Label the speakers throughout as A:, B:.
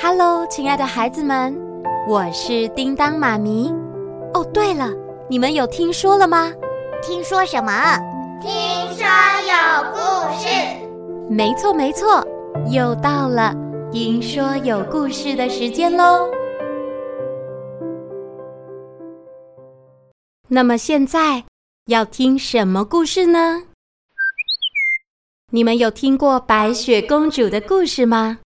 A: Hello，亲爱的孩子们，我是叮当妈咪。哦，对了，你们有听说了吗？
B: 听说什么？
C: 听说有故事。
A: 没错，没错，又到了听说有故事的时间喽。那么现在要听什么故事呢？你们有听过白雪公主的故事吗？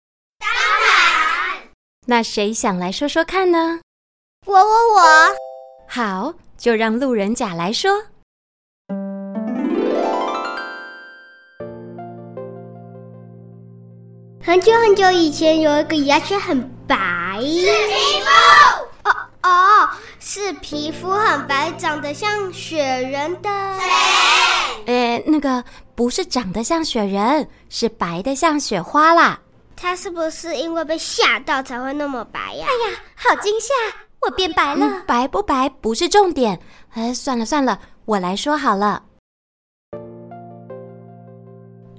A: 那谁想来说说看呢？
B: 我我我，
A: 好，就让路人甲来说。
D: 很久很久以前，有一个牙齿很白，
C: 是皮肤
D: 哦哦，是皮肤很白，长得像雪人的。
C: 谁？
A: 呃，那个不是长得像雪人，是白的像雪花啦。
D: 他是不是因为被吓到才会那么白呀、
B: 哎呀，好惊吓！我变白了。嗯、
A: 白不白不是重点。哎，算了算了，我来说好了。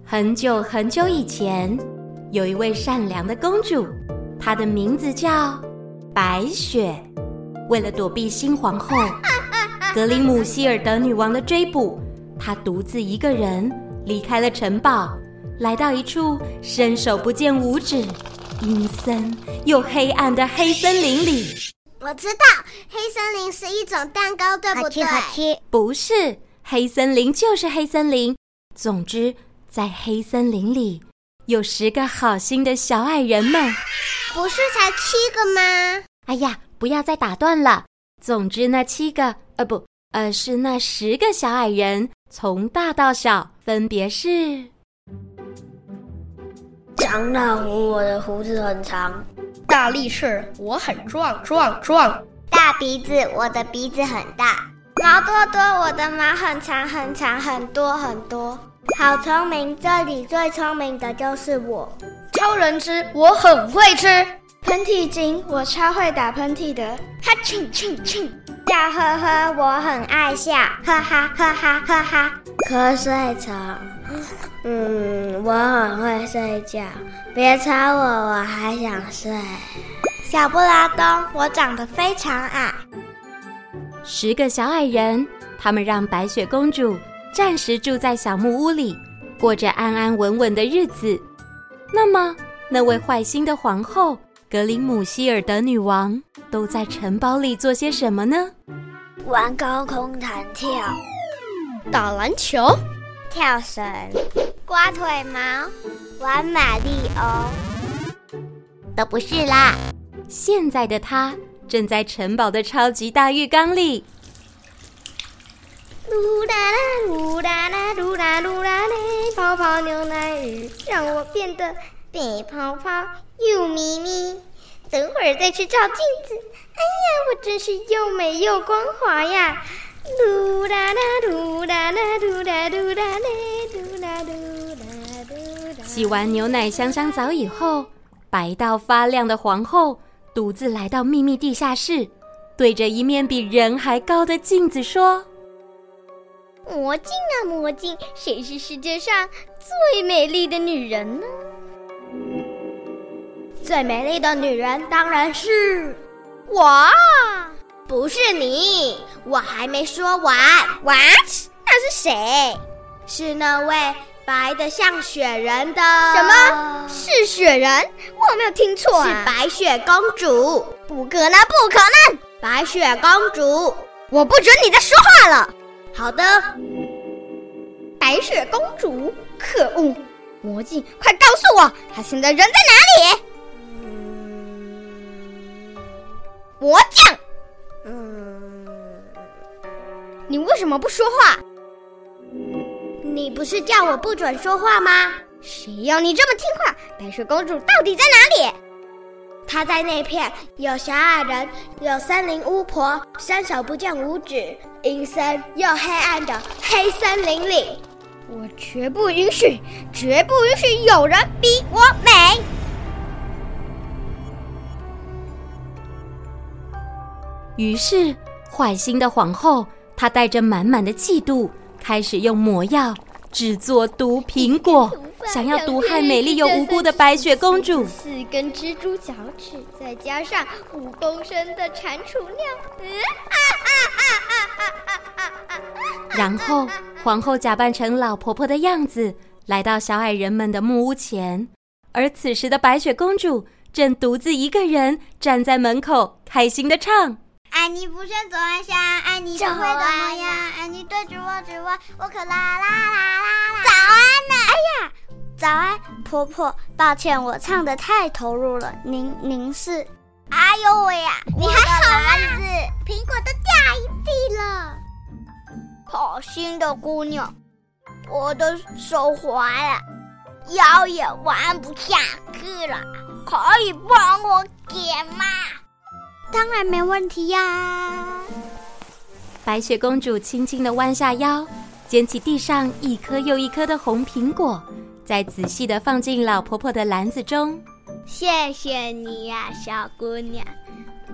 A: 很久很久以前，有一位善良的公主，她的名字叫白雪。为了躲避新皇后格林姆希尔德女王的追捕，她独自一个人离开了城堡。来到一处伸手不见五指、阴森又黑暗的黑森林里。
E: 我知道，黑森林是一种蛋糕，对不对？
A: 不是，黑森林就是黑森林。总之，在黑森林里有十个好心的小矮人们。
E: 不是才七个吗？
A: 哎呀，不要再打断了。总之，那七个，呃，不，呃，是那十个小矮人，从大到小，分别是。
F: 长老狐，我的胡子很长。
G: 大力士，我很壮壮壮。
H: 大鼻子，我的鼻子很大。
I: 毛多多，我的毛很长很长很多很多。
J: 好聪明，这里最聪明的就是我。
K: 超人吃，我很会吃。
L: 喷嚏精，我超会打喷嚏的。
M: 哈啾啾啾。
N: 笑呵呵，我很爱笑，哈哈哈哈哈哈。
O: 瞌睡虫，嗯，我很会睡觉，别吵我，我还想睡。
P: 小布拉登，我长得非常矮。
A: 十个小矮人，他们让白雪公主暂时住在小木屋里，过着安安稳稳的日子。那么，那位坏心的皇后格林姆希尔德女王都在城堡里做些什么呢？
F: 玩高空弹跳。
G: 打篮球，
N: 跳绳，
E: 刮腿毛，
H: 玩马里奥，
B: 都不是啦。
A: 现在的他正在城堡的超级大浴缸里。
D: 噜啦啦，噜啦啦，噜啦噜啦嘞，泡泡牛奶浴让我变得白泡泡又咪咪。等会儿再去照镜子，哎呀，我真是又美又光滑呀！嘟啦啦，嘟啦啦，嘟啦嘟啦嘞，嘟啦嘟啦嘟啦。
A: 洗完牛奶香香澡以后，白到发亮的皇后独自来到秘密地下室，对着一面比人还高的镜子说：“
B: 魔镜啊，魔镜，谁是世界上最美丽的女人呢？
P: 最美丽的女人当然是
B: 我。”
P: 不是你，我还没说完。
B: What？那是谁？
P: 是那位白的像雪人的。
B: 什么？是雪人？我没有听错啊！
P: 是白雪公主。
B: 不可能，不可能！
P: 白雪公主，
B: 我不准你再说话了。
P: 好的。
B: 白雪公主，可恶！魔镜，快告诉我，她现在人在哪里？魔镜。嗯，你为什么不说话？
P: 你不是叫我不准说话吗？
B: 谁要你这么听话？白雪公主到底在哪里？
P: 她在那片有小矮人、有森林巫婆、伸手不见五指、阴森又黑暗的黑森林里。
B: 我绝不允许，绝不允许有人比我美。
A: 于是，坏心的皇后，她带着满满的嫉妒，开始用魔药制作毒苹果，想要毒害美丽又无辜的白雪公主。
D: 四根蜘蛛脚趾，再加上五公升的蟾蜍
A: 尿。然后，皇后假扮成老婆婆的样子，来到小矮人们的木屋前。而此时的白雪公主正独自一个人站在门口，开心的唱。
E: 安妮啊不向左岸下，安啊妮不会怎么样。安妮对着我指望，我可啦啦啦啦啦。
B: 早安呢、啊！
E: 哎呀，
J: 早安，婆婆。抱歉，我唱的太投入了。您您是？
B: 哎呦喂呀、啊！
E: 你还好吗、啊？
B: 苹果都掉一地了。好心的姑娘，我的手滑了，腰也弯不下去了，可以帮我解吗？
J: 当然没问题呀！
A: 白雪公主轻轻的弯下腰，捡起地上一颗又一颗的红苹果，再仔细的放进老婆婆的篮子中。
I: 谢谢你呀、啊，小姑娘。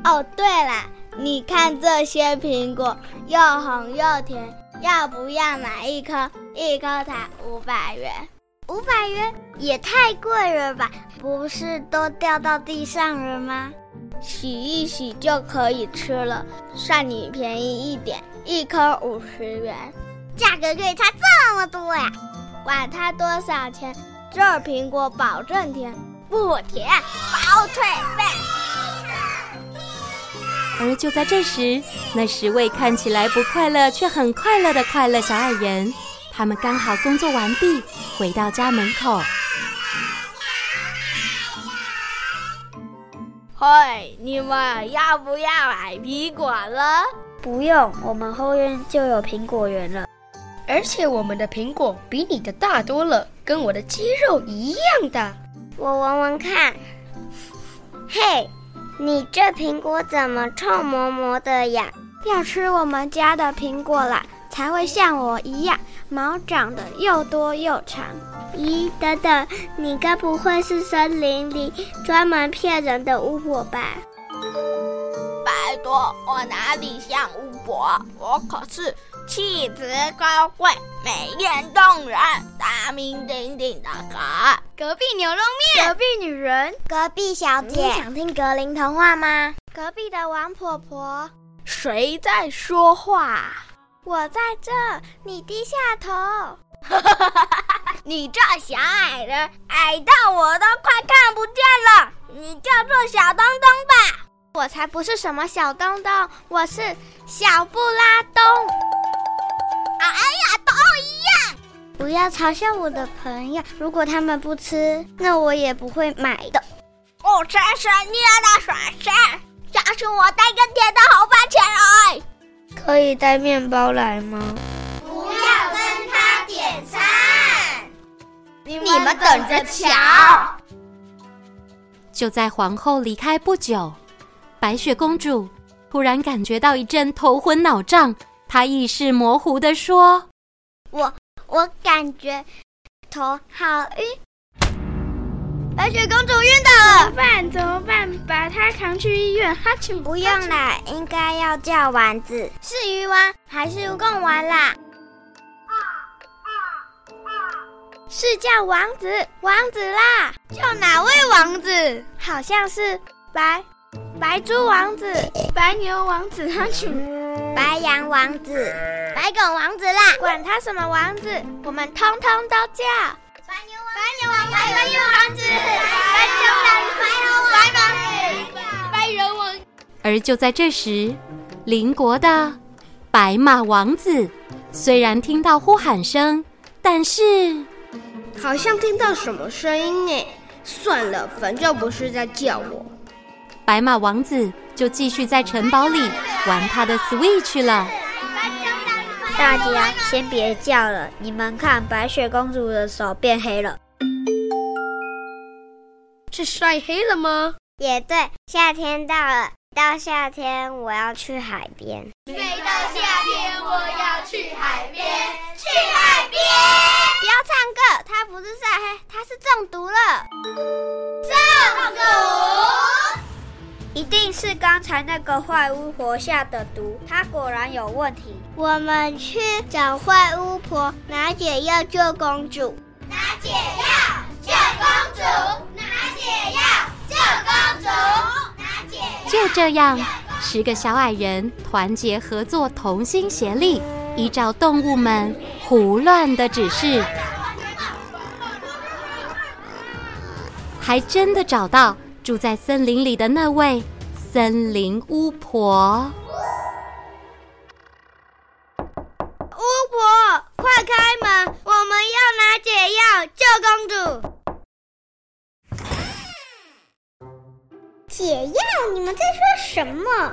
I: 哦，对了，你看这些苹果又红又甜，要不要买一颗？一颗才五百元。
J: 五百元也太贵了吧？不是都掉到地上了吗？
I: 洗一洗就可以吃了，算你便宜一点，一颗五十元，
B: 价格可以差这么多呀、
I: 啊！管它多少钱，这苹果保证甜，不甜
B: 包退费。
A: 而就在这时，那十位看起来不快乐却很快乐的快乐小矮人，他们刚好工作完毕，回到家门口。
I: 嘿，你们要不要买苹果了？
F: 不用，我们后院就有苹果园了。
G: 而且我们的苹果比你的大多了，跟我的肌肉一样大。
N: 我闻闻看。
J: 嘿，你这苹果怎么臭磨磨的呀？
N: 要吃我们家的苹果啦，才会像我一样毛长得又多又长。
E: 咦，等等，你该不会是森林里专门骗人的巫婆吧？
B: 拜托，我哪里像巫婆？我可是气质高贵、美艳动人、大名鼎鼎的
D: 隔隔壁牛肉面、
K: 隔壁女人、
E: 隔壁小姐。
J: 你想听格林童话吗？
D: 隔壁的王婆婆。
I: 谁在说话？
D: 我在这，你低下头。
B: 你这小矮人，矮到我都快看不见了！你叫做小东东吧？
D: 我才不是什么小东东，我是小布拉东。
B: 哎呀，都一样！
J: 不要嘲笑我的朋友，如果他们不吃，那我也不会买的。啊
B: 哦，真是你的耍事！要是我带个甜的红番茄来，
F: 可以带面包来吗？
C: 不要跟他点餐。
B: 你们等着瞧！
A: 就在皇后离开不久，白雪公主突然感觉到一阵头昏脑胀，她意识模糊的说：“
J: 我我感觉头好
D: 晕。”白雪公主晕倒了，
H: 怎么办？怎么办？把她扛去医院。哈啾！
J: 不用啦，应该要叫丸子，
D: 是鱼丸还是贡丸啦？是叫王子，王子啦！
B: 叫哪位王子？
D: 好像是白白猪王子、
H: 白牛王子、哈去
J: 白羊王子、
B: 白狗王子啦！
D: 管他什么王子，我们通通都叫
C: 白牛
D: 王、白牛王、白牛王子、白
C: 猪王、
D: 白龙王子、白人王。
A: 而就在这时，邻国的白马王子虽然听到呼喊声，但是。
K: 好像听到什么声音呢？算了，反正不是在叫我。
A: 白马王子就继续在城堡里玩他的 Switch 去了。
F: 大家先别叫了，你们看，白雪公主的手变黑了。
G: 是晒黑了吗？
J: 也对，夏天到了，到夏天我要去海边。
C: 每到夏天，我要去海边，去海边。
B: 不要唱歌，它不是晒黑，它是中毒了。
C: 中毒，
F: 一定是刚才那个坏巫婆下的毒，她果然有问题。
J: 我们去找坏巫婆拿解药救公主。
C: 拿解药。
A: 这样，十个小矮人团结合作，同心协力，依照动物们胡乱的指示，还真的找到住在森林里的那位森林巫婆。
D: 巫婆，快开门！我们要拿解药救公主。
Q: 解药？你们在说什么？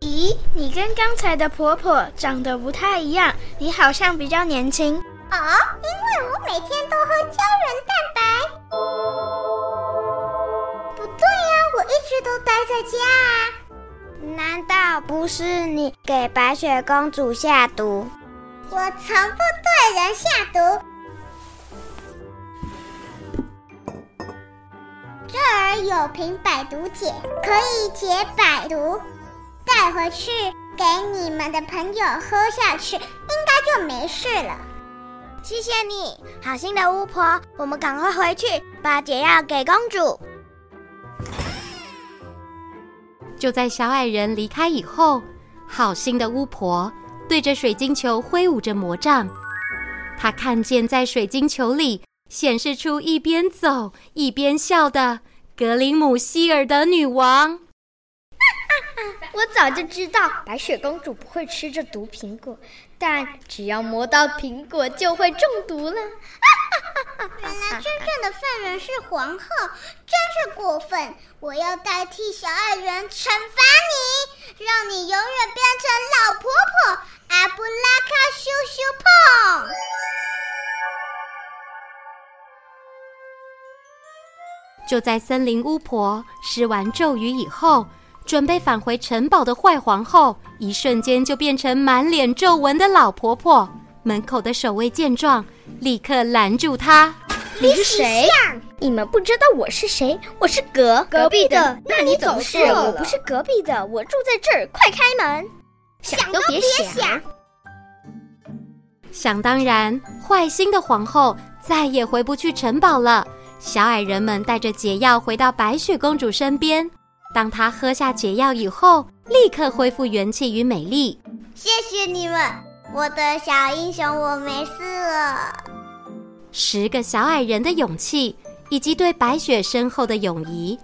R: 咦，你跟刚才的婆婆长得不太一样，你好像比较年轻。
Q: 哦，
B: 因为我每天都喝胶原蛋白。
Q: 不对呀、啊，我一直都待在家啊。
S: 难道不是你给白雪公主下毒？
B: 我从不对人下毒。这儿有瓶百毒解，可以解百毒，带回去给你们的朋友喝下去，应该就没事了。
S: 谢谢你，好心的巫婆，我们赶快回去把解药给公主。
A: 就在小矮人离开以后，好心的巫婆对着水晶球挥舞着魔杖，她看见在水晶球里。显示出一边走一边笑的格林姆希尔德女王。
T: 我早就知道白雪公主不会吃这毒苹果，但只要摸到苹果就会中毒了。
B: 原来真正的犯人是皇后，真是过分！我要代替小矮人惩罚你，让你永远变成老婆婆阿布拉卡咻咻碰。
A: 就在森林巫婆施完咒语以后，准备返回城堡的坏皇后，一瞬间就变成满脸皱纹的老婆婆。门口的守卫见状，立刻拦住她：“
G: 你是谁？你们不知道我是谁？我是隔
T: 隔壁的，
G: 那你走是？我不是隔壁的，我住在这儿。快开门！
T: 想都别想！”
A: 想当然，坏心的皇后再也回不去城堡了。小矮人们带着解药回到白雪公主身边。当她喝下解药以后，立刻恢复元气与美丽。
B: 谢谢你们，我的小英雄，我没事了。
A: 十个小矮人的勇气以及对白雪深厚的友谊，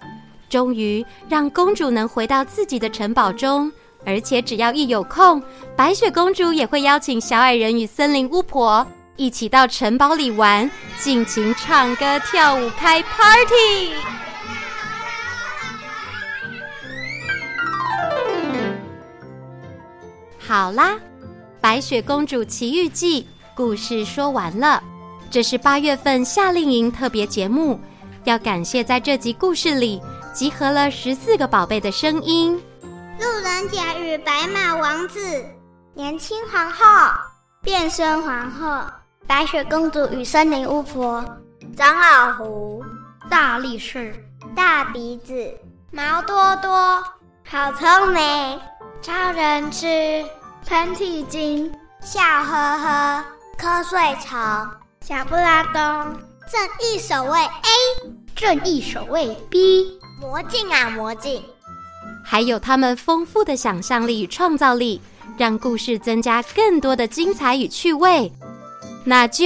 A: 终于让公主能回到自己的城堡中。而且只要一有空，白雪公主也会邀请小矮人与森林巫婆。一起到城堡里玩，尽情唱歌跳舞，开 party。好啦，《白雪公主奇遇记》故事说完了。这是八月份夏令营特别节目，要感谢在这集故事里集合了十四个宝贝的声音：
B: 路人甲与白马王子、
S: 年轻皇后。
D: 变身皇后、
S: 白雪公主与森林巫婆、
U: 长老狐、
V: 大力士、
S: 大鼻子、
D: 毛多多、
S: 好聪明、
D: 超人吃、
R: 喷嚏精、
B: 笑呵呵、瞌睡虫、
D: 小布拉东、
B: 正义守卫 A、
V: 正义守卫 B、
B: 魔镜啊魔镜，
A: 还有他们丰富的想象力与创造力。让故事增加更多的精彩与趣味，那就。